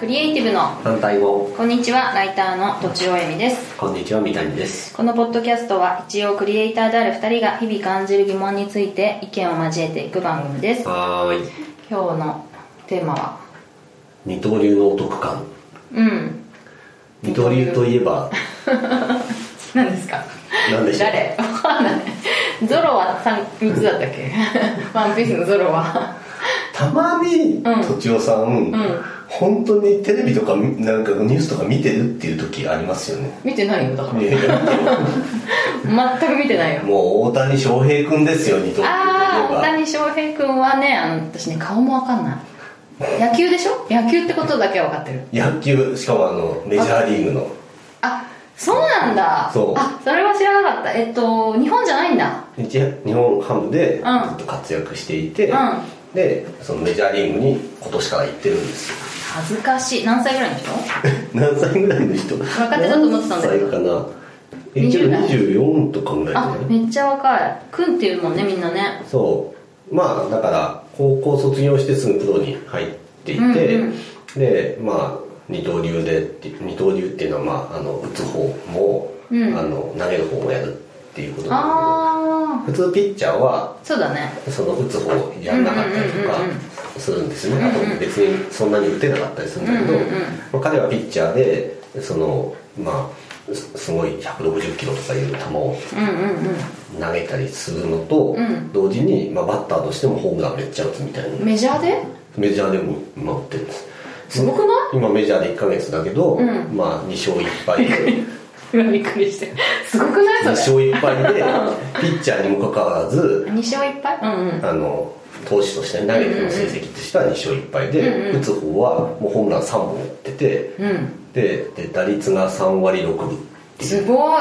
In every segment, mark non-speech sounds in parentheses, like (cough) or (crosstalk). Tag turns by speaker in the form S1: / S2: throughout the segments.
S1: ティブの
S2: 反対語
S1: こんにちはライターのとちおえみです
S2: こんにちは三谷です
S1: このポッドキャストは一応クリエイターである2人が日々感じる疑問について意見を交えていく番組です
S2: はーい
S1: 今日のテーマは
S2: 二刀流のお得感
S1: うん (laughs)
S2: 二刀流といえば
S1: 何ですか
S2: 何でしょう
S1: 誰わかんないゾロは 3, つだったっけ (laughs) ワンピースのゾロは
S2: たまにとちおさん、
S1: ん
S2: 本当にテレビとかなんかニュースとか見てるっていう時ありますよ
S1: (laughs)
S2: ね
S1: 見てないよだか
S2: いやいや見てる
S1: ら全く見てないよ
S2: もう大谷翔平君ですよ二刀
S1: ああ大
S2: 流
S1: 谷翔平君はねあの私ね顔も分かんない野球でしょ野球ってことだけは分かってる
S2: といえば野球しかもあのメジャーリーグの
S1: あそうなんだ
S2: そう
S1: あそれは知らなかったえっと日本じゃないんだ
S2: 日日本ハムでず
S1: うん
S2: っと活躍していて、
S1: うん
S2: でそのメジャーリーグに今年から行ってるんですよ
S1: 恥ずかしい何歳ぐらいの人
S2: (laughs) 何歳ぐらいの人
S1: 若手だと思ってたんだけど
S2: 何歳かな
S1: 20
S2: 一応
S1: 代
S2: 24とかぐらい
S1: あ
S2: だよね
S1: めっちゃ若いくんっていうもんねみんなね
S2: そうまあだから高校卒業してすぐプロに入っていて、
S1: うんうん
S2: でまあ二刀流でって二刀流っていうのは、まあ、あの打つ方も、
S1: うん
S2: あの投げる方もやるっていうことなん
S1: あ
S2: だ
S1: あ
S2: けど普通ピッチャーは
S1: そうだね
S2: その打つ方をやらなかったりとか
S1: うんうんうんうん
S2: するんですね、あと別にそんなに打てなかったりするんだけど、
S1: うんうんうん
S2: まあ、彼はピッチャーでそのまあすすごい160キロとかいう球を
S1: うんうん
S2: 投げたりするのと、
S1: うん
S2: 同時に、まあ、バッターとしてもホームランめっちゃ打つみたいな
S1: うんメジャーで
S2: メジャーでも今打ってるんです
S1: すごくない
S2: 今メジャーで1ヶ月だけど、
S1: うん
S2: まあ2勝1敗
S1: (laughs)
S2: で
S1: 今びっくりしてすごくな
S2: 2
S1: いそ
S2: 勝
S1: れ
S2: 1
S1: (laughs)
S2: 敗でピッチャーにもかかわらず
S1: 2勝1敗うんうん
S2: あの投手として投げての成績としては2勝1敗で、
S1: うんうん
S2: 打つ方はもうホームラン3本打ってて
S1: うん
S2: でで打率が3割6分ってい
S1: す
S2: う
S1: ごい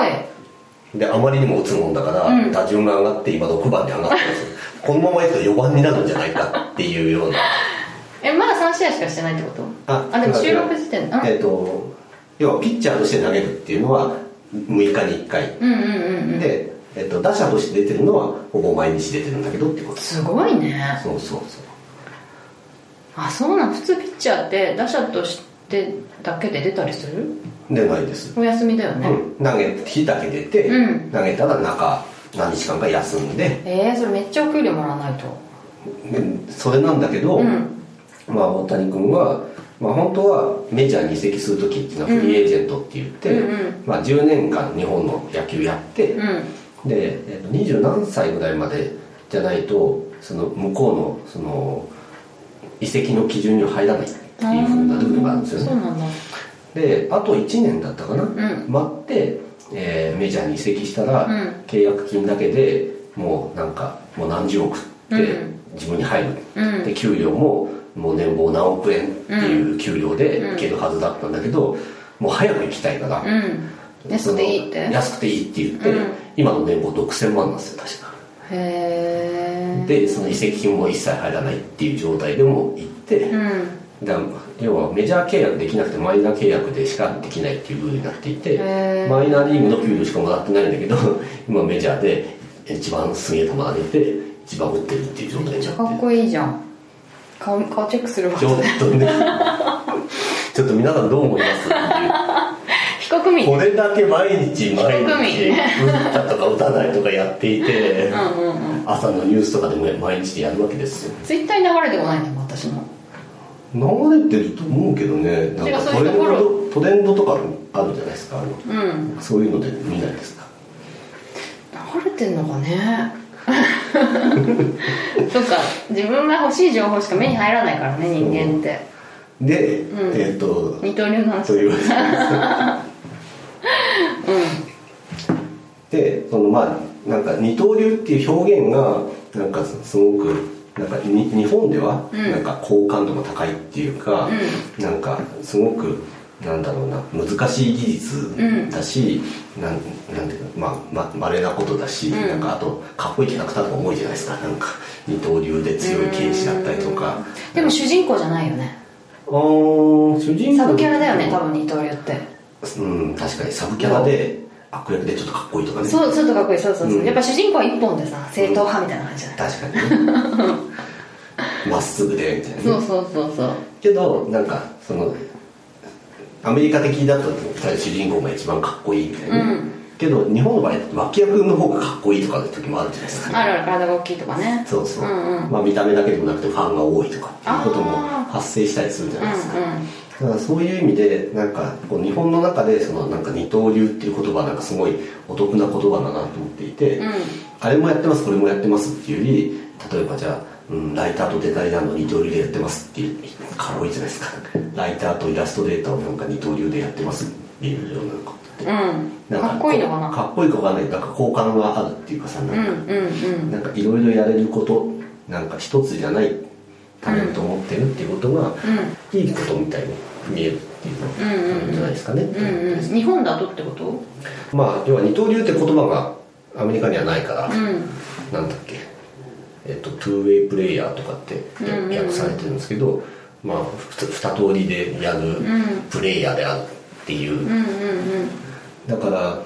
S2: であまりにも打つもんだから、
S1: うん
S2: 打順が上がって今6番に上がってるん
S1: (laughs)
S2: ですよこのままいくと4番になるんじゃないかっていうような
S1: えまだ3試合しかしてないってことでも収録時点で、うん
S2: えっ、と要はピッチャーとして投げるっていうのは6日に1回、
S1: うんうんうんうん
S2: で、えっと打者として出てるのはほぼ毎日出てるんだけどってこと
S1: すごいね
S2: そうそうそう
S1: あそうなん普通ピッチャーって打者としてだけで出たりする
S2: でないです、
S1: お休みだよね、
S2: うん、投げ日だけ出て、
S1: うん
S2: 投げたら中何日間か休んで
S1: えー、それめっちゃお給料もらわないと
S2: でそれなんだけど、
S1: うん
S2: まあ、大谷君は、まあ、本当はメジャーに移籍する時っていうのはフリーエージェントって言って、
S1: うんうん
S2: まあ、10年間日本の野球やって、
S1: うん
S2: で、えっと二十何歳ぐらいまでじゃないとその向こうのその移籍の基準には入らないっていうふうなルールがあるんですよ
S1: そう
S2: ね
S1: なんだ
S2: であと1年だったかな、
S1: ん
S2: 待って、えーメジャーに移籍したら、
S1: うん
S2: 契約金だけでもうなんかもう何十億って
S1: うん
S2: 自分に入る、
S1: うん
S2: で給料ももう年俸何億円っていう給料でいけるはずだったんだけど、もう早く行きたいから、
S1: うん安くていいって
S2: その
S1: へ
S2: 安くていいって言って、
S1: うん
S2: 今の年俸6000万なんですよ確か
S1: え
S2: でその移籍金も一切入らないっていう状態でも行って、
S1: うん
S2: だから要はメジャー契約できなくてマイナー契約でしかできないっていう風になっていて
S1: へー
S2: マイナーリーグの給料しかもらってないんだけど (laughs) 今メジャーで一番すげえ球上げて一番打ってるっていう状態
S1: めっ
S2: に
S1: ち
S2: な
S1: ゃ
S2: っ
S1: かってこいいじゃん顔顔チェックするわ (laughs)
S2: ちょっとね (laughs) ちょっと皆さんどう思います
S1: 非国民
S2: これだけ毎日毎
S1: 国
S2: 日
S1: 民
S2: 打ったとか打たないとかやっていて、
S1: うんうんうん
S2: 朝のニュースとかでも毎日やるわけですよ
S1: ツイッターに流れてこないんだもん私の
S2: 流れてると思うけどねなん
S1: て
S2: か
S1: かそうい
S2: ト
S1: う
S2: レ
S1: と
S2: ン
S1: ころ
S2: ドトレンドとかあるじゃないですかあの
S1: うん
S2: そういうので見ないですか
S1: 流れてんのかね (laughs) そっか自分が欲しい情報しか目に入らないからね人間って
S2: で、
S1: うん
S2: えっ、と
S1: 二刀流の話
S2: そういうわ (laughs) けですでそのまあなんか二刀流っていう表現がなんかすごくなんかに日本では
S1: うん
S2: なんか好感度が高いっていうか、なんかすごくなんだろうな難しい技術だし、なんなんていうかまあま稀なことだ
S1: う
S2: し、
S1: ん
S2: なんかあとかっこいいキャラクターとか多いじゃないですかなんか二刀流で強い剣士だったりとか
S1: うんでも主人公じゃないよね
S2: あー主人公
S1: サブキャラだよね多分二刀流って
S2: うん確かにサブキャラで悪役でちょっとかっこいいとかね
S1: そうそうとかっこいいそうそうそう、
S2: うん
S1: やっぱ主人公は一本でさ正統派みたいな感じじゃない、
S2: 確かにねまっすぐでみたいなね
S1: そうそうそうそう
S2: けどなんかそのアメリカ的だったら主人公が一番かっこいいみたいな、
S1: うん
S2: けど日本の場合脇役の方がかっこいいとかの時もあるじゃないですか、
S1: あるある体が大きいとかね
S2: そうそう、
S1: うんうん
S2: まあ、見た目だけでもなくてファンが多いとかっていうことも
S1: あー
S2: 発生したりするじゃ
S1: うん
S2: ないですか、だからそういう意味でなんかこう日本の中でそのなんか二刀流っていう言葉なんかすごいお得な言葉だなと思っていて、
S1: うんうん
S2: あれもやってますこれもやってますっていうより例えばじゃあ、うん、ライターとデザイナーの二刀流でやってますっていうかっこいいじゃないですかライターとイラストレーターをなんか二刀流でやってますっていうようなことって
S1: う
S2: なんんか
S1: かっこいいのかな
S2: かっこいい子がねなんか好感があるっていうかさな
S1: う
S2: んか、
S1: んうん
S2: なんかいろいろやれることなんか一つじゃないタレントを持ってるっていうことが、いいことみたいに見えるっていうのがあるんじゃないですかね、
S1: うんうんうん日本だとってことうん
S2: まあ要は二刀流って言葉がアメリカにはないから、なんだっけえっとトゥーウェイプレイヤーとかって
S1: うんうんうん
S2: 訳されてるんですけど、まあふつ二通りでやる
S1: ん
S2: プレイヤーであるっていう、
S1: うんうん
S2: だから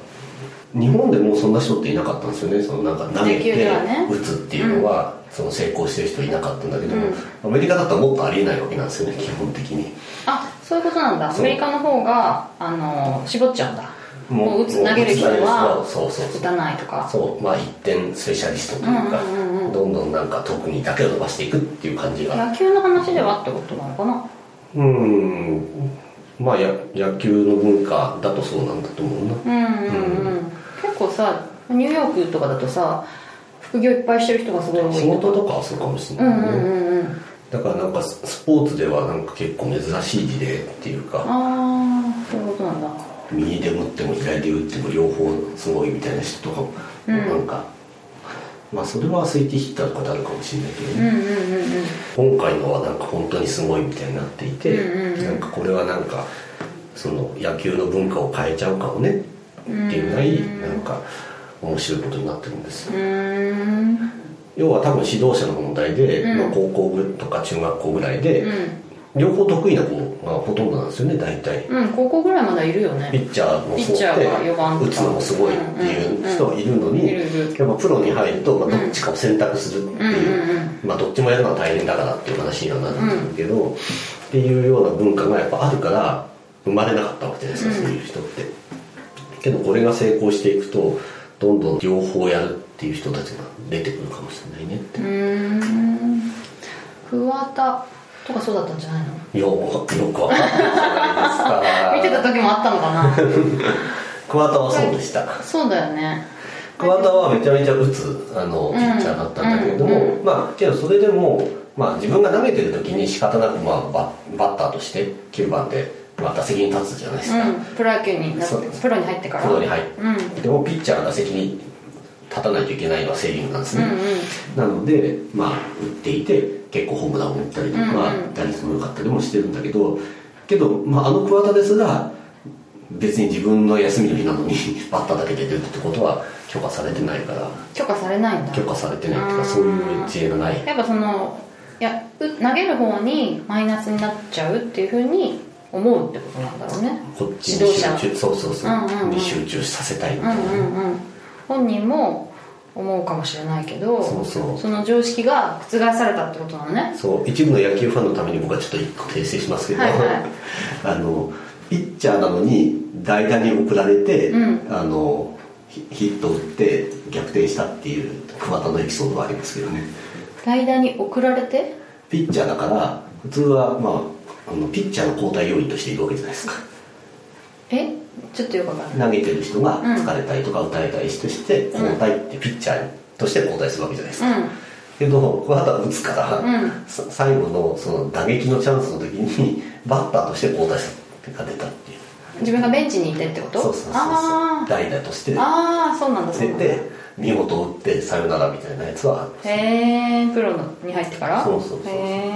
S2: 日本でもうそんな人っていなかったんですよねそのなんか投げ
S1: 野球で
S2: て
S1: はね
S2: 打つっていうのは、その成功してる人いなかったんだけども、アメリカだったらもっとありえないわけなんですよね基本的に
S1: あそういうことなんだア
S2: そう
S1: メリカの方があの絞っちゃうんだも
S2: もう
S1: う打つ投げる人
S2: もう
S1: は
S2: 打つそうそうそう
S1: 打たないとか
S2: そうまあ一点スペシャリストというか、
S1: うんうんうんうん
S2: どんどんなんか特にだけを伸ばしていくっていう感じが
S1: 野球の話ではってことなのかな
S2: うんまあや野球の文化だとそうなんだと思うな
S1: うんうんうん結構さニューヨークとかだとさ副業いっぱいしてる人がすごい多い
S2: 仕事とかはそうかもしれ
S1: うん
S2: な
S1: う
S2: いね、
S1: んうんうん
S2: だからなんかススポーツではなんか結構珍しい事例っていうか
S1: ああそういうことなんだ
S2: 右で打っても左で打っても両方すごいみたいな人とかも、
S1: うん
S2: なんかまあそれは推定ヒッターとかであるかもしれないけどね、
S1: うんうんうんうん
S2: 今回のはなんか本当にすごいみたいになっていて、
S1: うんうんうん
S2: なんかこれはなんかその野球の文化を変えちゃうかもねっていうぐらいなんか面白いことになってるんですよ
S1: うーん
S2: 要は多分指導者の問題で、
S1: うん
S2: まあ、高校部とか中学校ぐらいうで、
S1: ん
S2: 両方得意な子がほとんどなんですよね大体。
S1: うん高校ぐらいまだいるよ
S2: ピ
S1: ね
S2: ッチャーも
S1: ピ
S2: そ
S1: ッ
S2: う
S1: チャーが
S2: で
S1: 四番とか
S2: 打つのもすごいっていう人はいるのに、
S1: うんうんうんいるいる
S2: やっぱプロに入ると、まあ、どっちかを選択するっていう,、
S1: うんうんうん
S2: まあ、どっちもやるのは大変だからっていう話にはなるんだけど、っていうような文化がやっぱあるから生まれなかったわけじゃないですか、
S1: うん
S2: そういう人って。けどこれが成功していくとどんどん両方やるっていう人たちが出てくるかもしれないねって
S1: う。ーん桑田とかそうだったんじゃないの
S2: よくよくわかんないじゃない
S1: 見
S2: で
S1: て
S2: す
S1: た
S2: か。
S1: 時もあったの
S2: (laughs)
S1: か
S2: 桑田はそうでした。
S1: なそうだよね
S2: 桑田はめちゃめちゃ打つあの
S1: ん
S2: ピッチャーだったんだけれども、
S1: う
S2: まあけどそれでも、まあ、自分が投げてる時に仕方なく、まあ、ババッターとして9番で、まあ、打席に立つじゃないですか、
S1: うんプロ野球になっ
S2: そう
S1: てプロに入ってから
S2: プロに入って
S1: うん
S2: でもピッチャーが打席に立たないといけないのはセ・リーグなんです
S1: うん
S2: ね、
S1: うん
S2: なので、まあ、打っていて結構ホームランを打ったりとか、
S1: うんうん
S2: 打率も良かったりもしてるんだけどけど、まあ、あの桑田ですら別に自分の休みの日なのに (laughs) バッターだけで出るってことは許可されてないから。
S1: 許可されないんだ
S2: 許可されてないってい
S1: あー
S2: うかそういう知恵がない
S1: やっぱそのいやう投げる方にマイナスになっちゃうっていうふうに思うってことなんだろうね
S2: こっち
S1: 指
S2: に
S1: 導者
S2: 集中そうそうそう,、
S1: うんうんうん
S2: に集中させたいみ
S1: うん
S2: たいな、
S1: うんうん本人も思うかもしれないけど
S2: そうそう
S1: の常識が覆されたってことなのね
S2: そう一部の野球ファンのために僕はちょっと一個訂正しますけど、
S1: はいはい
S2: (laughs) あのピッチャーなのに代打に送られて、
S1: う
S2: あのヒヒット打って逆転したっていう桑田のエピソードはありますけどね
S1: 代打に送られて
S2: ピッチャーだから普通は、まあ、あのピッチャーの交代要員としているわけじゃないですか
S1: えちょっとよくわかんない
S2: 投げてる人が疲れたりとか打たれたりしてして交代ってピッチャーとして交代するわけじゃないですか、けど桑田打つから、
S1: うん
S2: さ最後のその打撃のチャンスの時にバッターとして交代したが出たっていう
S1: うん自分がベンチにいてってこと
S2: そうそうそうそう
S1: あー
S2: 代打として
S1: あーそうなんだそう
S2: 出
S1: なんだ
S2: て見事打ってさよならみたいなやつは
S1: へえプロのに入ってから
S2: そうそうそうそう
S1: へえ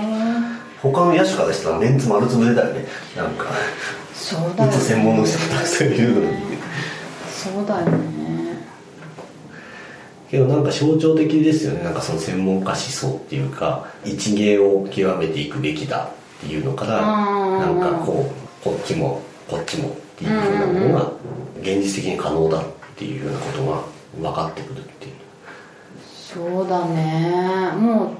S2: 他の野手からしたらメンツ丸つぶれだよねなんか
S1: そうだ
S2: 打
S1: よね
S2: つ専門の人とかそういうのに
S1: そうだよね
S2: けどなんか象徴的ですよねなんかその専門家思想っていうか一芸を極めていくべきだっていうのから
S1: うん
S2: なんかこうこっちもこっちもっていうふうなものが現実的に可能だっていうようなことが分かってくるっていう
S1: そうだねも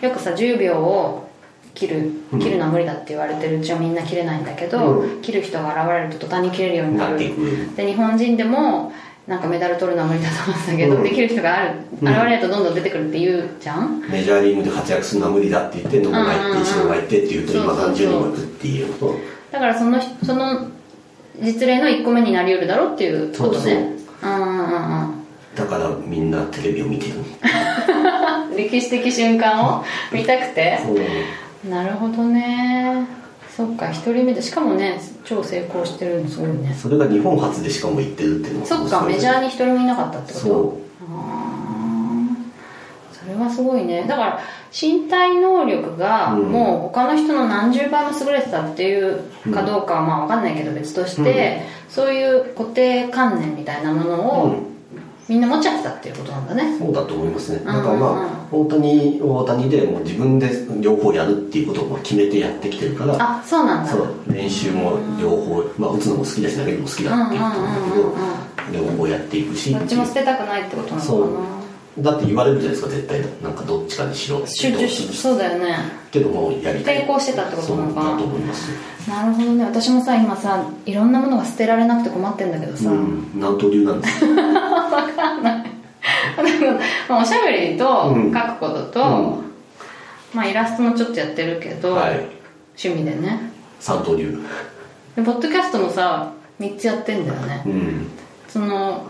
S1: うよくさ10秒を切る切るのは無理だって言われてるうちはみんな切れないんだけど、
S2: う
S1: 切る人が現れると途端に切れるようにな
S2: な
S1: る
S2: っていく
S1: で日本人でもなんかメダル取るのは無理だと思ってたけど、
S2: うん
S1: できる人がある
S2: うん
S1: 現れるとどんどん出てくるって言うじゃん、
S2: メジャーリーグで活躍するのは無理だって言って野村が行って石野が行ってっていうと
S1: うんうん
S2: 今
S1: そうそ
S2: 何
S1: うそ
S2: 十
S1: う
S2: 人も行くっていうこと
S1: だからその人その実例の1個目になりうるだろうっていうこと
S2: そうそう
S1: ねうんうんうん
S2: だからみんなテレビを見
S1: (laughs)
S2: てる
S1: うん歴史的瞬間を見たくて
S2: そう
S1: なるほどねそっか1人目でしかもね超成功してるのすごいね
S2: それが日本初でしかも行ってるっていうのも
S1: そっかメジャー
S2: ー
S1: に1人もいなかったってこと
S2: そう
S1: あーそれはすごいねだから身体能力が
S2: うん
S1: もう他の人の何十倍も優れてたっていうかどうかはまあ分かんないけど別として、そういう固定観念みたいなもの
S2: う
S1: を
S2: ん
S1: みんな持っちゃってたっていうことなんだね
S2: そうだと思いますね
S1: ん
S2: だからまあ大谷大谷でもう自分で両方やるっていうことを決めてやってきてるから
S1: あそうなんだ
S2: そう練習も両方、まあ、打つのも好きだし投げるのも好きだっていうことなんだけ
S1: う
S2: ど
S1: んうんうん
S2: 両方やっていくし
S1: どっちも捨てたくないってことなの
S2: そ
S1: か
S2: うだって言われるじゃないですか絶対なんかどっちかにしろって
S1: な集中しそうだよね
S2: けどもうやりたい
S1: 抵抗してたってことなのかな
S2: そうだと思いますよ
S1: なるほどね私もさ今さいろんなものが捨てられなくて困ってんだけどさ、
S2: うん何刀流なんですよ
S1: 分かんないでも (laughs) まあおしゃべりと
S2: うん
S1: 書くことと、
S2: うん
S1: まあ、イラストもちょっとやってるけど、
S2: はい
S1: 趣味でね
S2: 三刀流
S1: でポッドキャストもさ3つやってんだよね
S2: うん
S1: その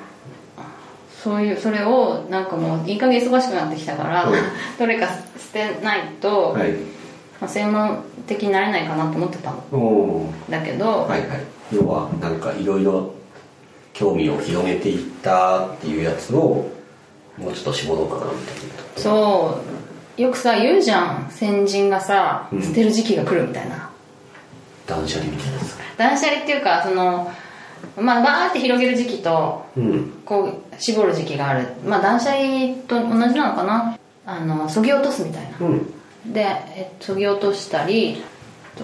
S1: そういうそれをなんかもういい加減忙しくなってきたから、
S2: うん
S1: (laughs) どれか捨てないと、
S2: はい
S1: まあ、専門的になれないかなと思ってたん
S2: おお
S1: だけど、
S2: はいはい要はなんかいろいろ興味を広げていったっていうやつをもうちょっと絞ろうかなみたいな
S1: そうよくさ言うじゃん先人がさ
S2: うん
S1: 捨てる時期が来るみたいな、
S2: 断捨離みたいなやつ
S1: 断捨離っていうかそのまあバーって広げる時期と
S2: うん
S1: こう絞る時期があるまあ断捨離と同じなのかなあのそぎ落とすみたいな
S2: うん
S1: でえそぎ落としたり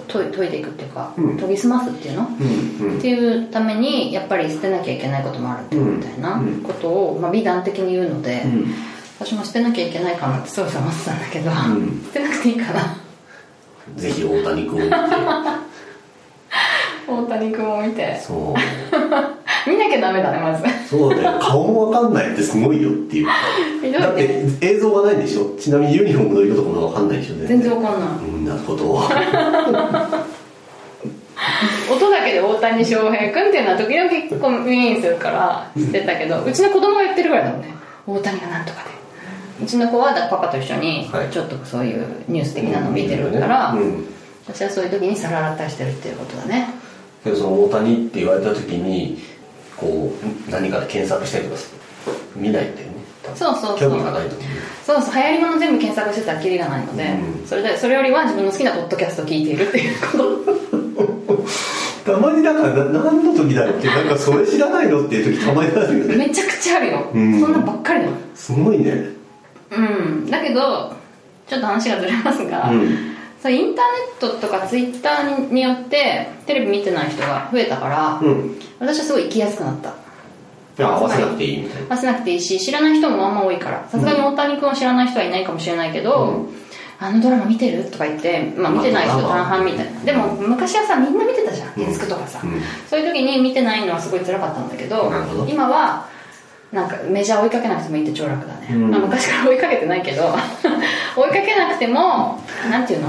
S1: と研い研いでいくっていうか、
S2: うん
S1: 研ぎ澄ますっていうの、
S2: うんうん
S1: っていうためにやっぱり捨てなきゃいけないこともあるってみたいな
S2: うん
S1: ことを、まあ、美談的に言うので、
S2: うん
S1: 私も捨てなきゃいけないかなってすごい思ってたんだけど、
S2: ん
S1: 捨てなくていいかな
S2: ぜひ大谷君を見て
S1: 大谷君を見て
S2: そ
S1: (laughs) 見なきゃダメだねまず
S2: うそうだよ顔もわかんないってすごいよっていう
S1: ひどいね
S2: だって映像がないんでしょちなみにユニフォームの色とかもわかんないでしょ
S1: 全然わかんない
S2: うんなことを
S1: 音だけで大谷翔平君っていうのは時々結構耳にするから知ってたけどうちの子供が言ってるぐらいだもんね大谷がなんとかでうちの子はだパパと一緒に
S2: はい
S1: ちょっとそういうニュース的なの見てるから、
S2: うん
S1: 私はそういう時に皿洗ったりしてるっていうことだね
S2: けどその大谷って言われた時にこう何かで検索したりとかする見ないんだよね多分
S1: そうそうそう
S2: 興味がないと思
S1: そうそう流行りもの全部検索してたらキリがないので、
S2: うん
S1: それでそれよりは自分の好きなポッドキャストを聞いているっていうこと
S2: たまになんかな何の時だっけなんかそれ知らないのっていう時たまにあるよね
S1: めちゃくちゃあるよ、
S2: うん
S1: そんなんばっかりの
S2: すごいね
S1: うんだけどちょっと話がずれますが、
S2: うん
S1: そうインターネットとかツイッターによってテレビ見てない人が増えたから、
S2: うん
S1: 私はすごい行きやすくなった
S2: いや合わせなくていいみたいな
S1: 合わせなくていいし知らない人もあんま多いからさすがに大谷君を知らない人はいないかもしれないけど、
S2: うん
S1: あのドラマ見てるとか言って、まあ、見てない人
S2: まあドラマ
S1: 半々みたいなでも昔はさみんな見てたじゃん
S2: うん
S1: 月9とかさ、
S2: うん
S1: そういう時に見てないのはすごい辛かったんだけど
S2: なるほど
S1: 今はなんかメジャー追いかけなくてもいいって超楽だね、
S2: うん
S1: まあ、昔から追いかけてないけど (laughs) 追いかけなくてもなんていうの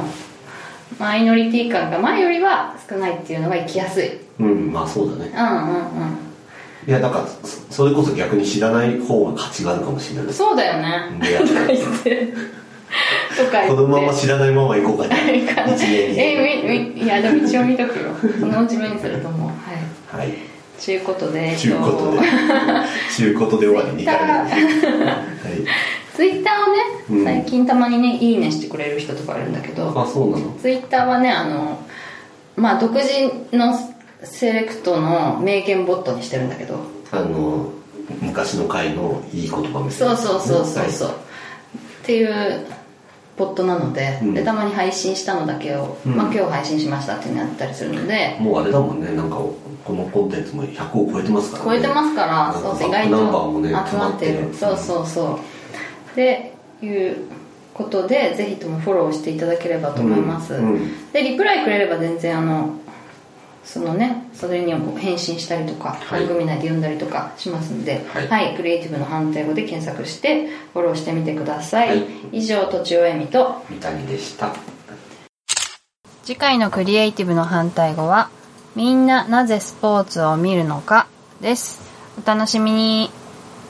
S1: マイノリティ感が前よりは少ないっていうのが行きやすいう
S2: うんまあそうだね
S1: んうん
S2: いやなんかそそれこそ逆に知らない方が価値があるかもしれない
S1: うん
S2: です
S1: そうだよね
S2: ね
S1: とか言ってとか言って
S2: このま
S1: (laughs)
S2: ま知らないまま行こうかな一年に
S1: えみみいやでも一応見とくよそのうち目にすると思うはい
S2: はい
S1: ちゅうことで
S2: ちゅうことでちゅうことで終わり2回目ですはい
S1: (laughs) ツイッターをね、
S2: うん
S1: 最近たまにね「いいね」してくれる人とかいるんだけど
S2: あそうなの
S1: ツイッターはねあのまあ独自のセレクトの名言ボットにしてるんだけど
S2: あの昔の回のいい言葉みたい
S1: そ
S2: な
S1: うそうそうそうそううっていうボットなので,、
S2: うん
S1: でたまに配信したのだけを、
S2: うん
S1: まあ、今日配信しましたっていうのやったりするので
S2: もうあれだもんねなんかこのコンテンツも100を超えてますから、ね、
S1: 超えてますからそうそう意
S2: な
S1: 外
S2: んかバックナンバーも
S1: と
S2: ね
S1: 集まって
S2: 決まって
S1: る
S2: る
S1: そうそうそうっていうことでぜひともフォローしていただければと思います、
S2: うんうん
S1: でリプライくれれば全然あのそのねそれにも返信したりとか、
S2: はい
S1: 番組内で読んだりとかしますんで、
S2: はい
S1: クリエイティブの反対語で検索してフォローしてみてください、
S2: はい
S1: 以上とちおえみと
S2: 三谷でした
S1: 次回のクリエイティブの反対語はみんななぜスポーツを見るのかですお楽しみに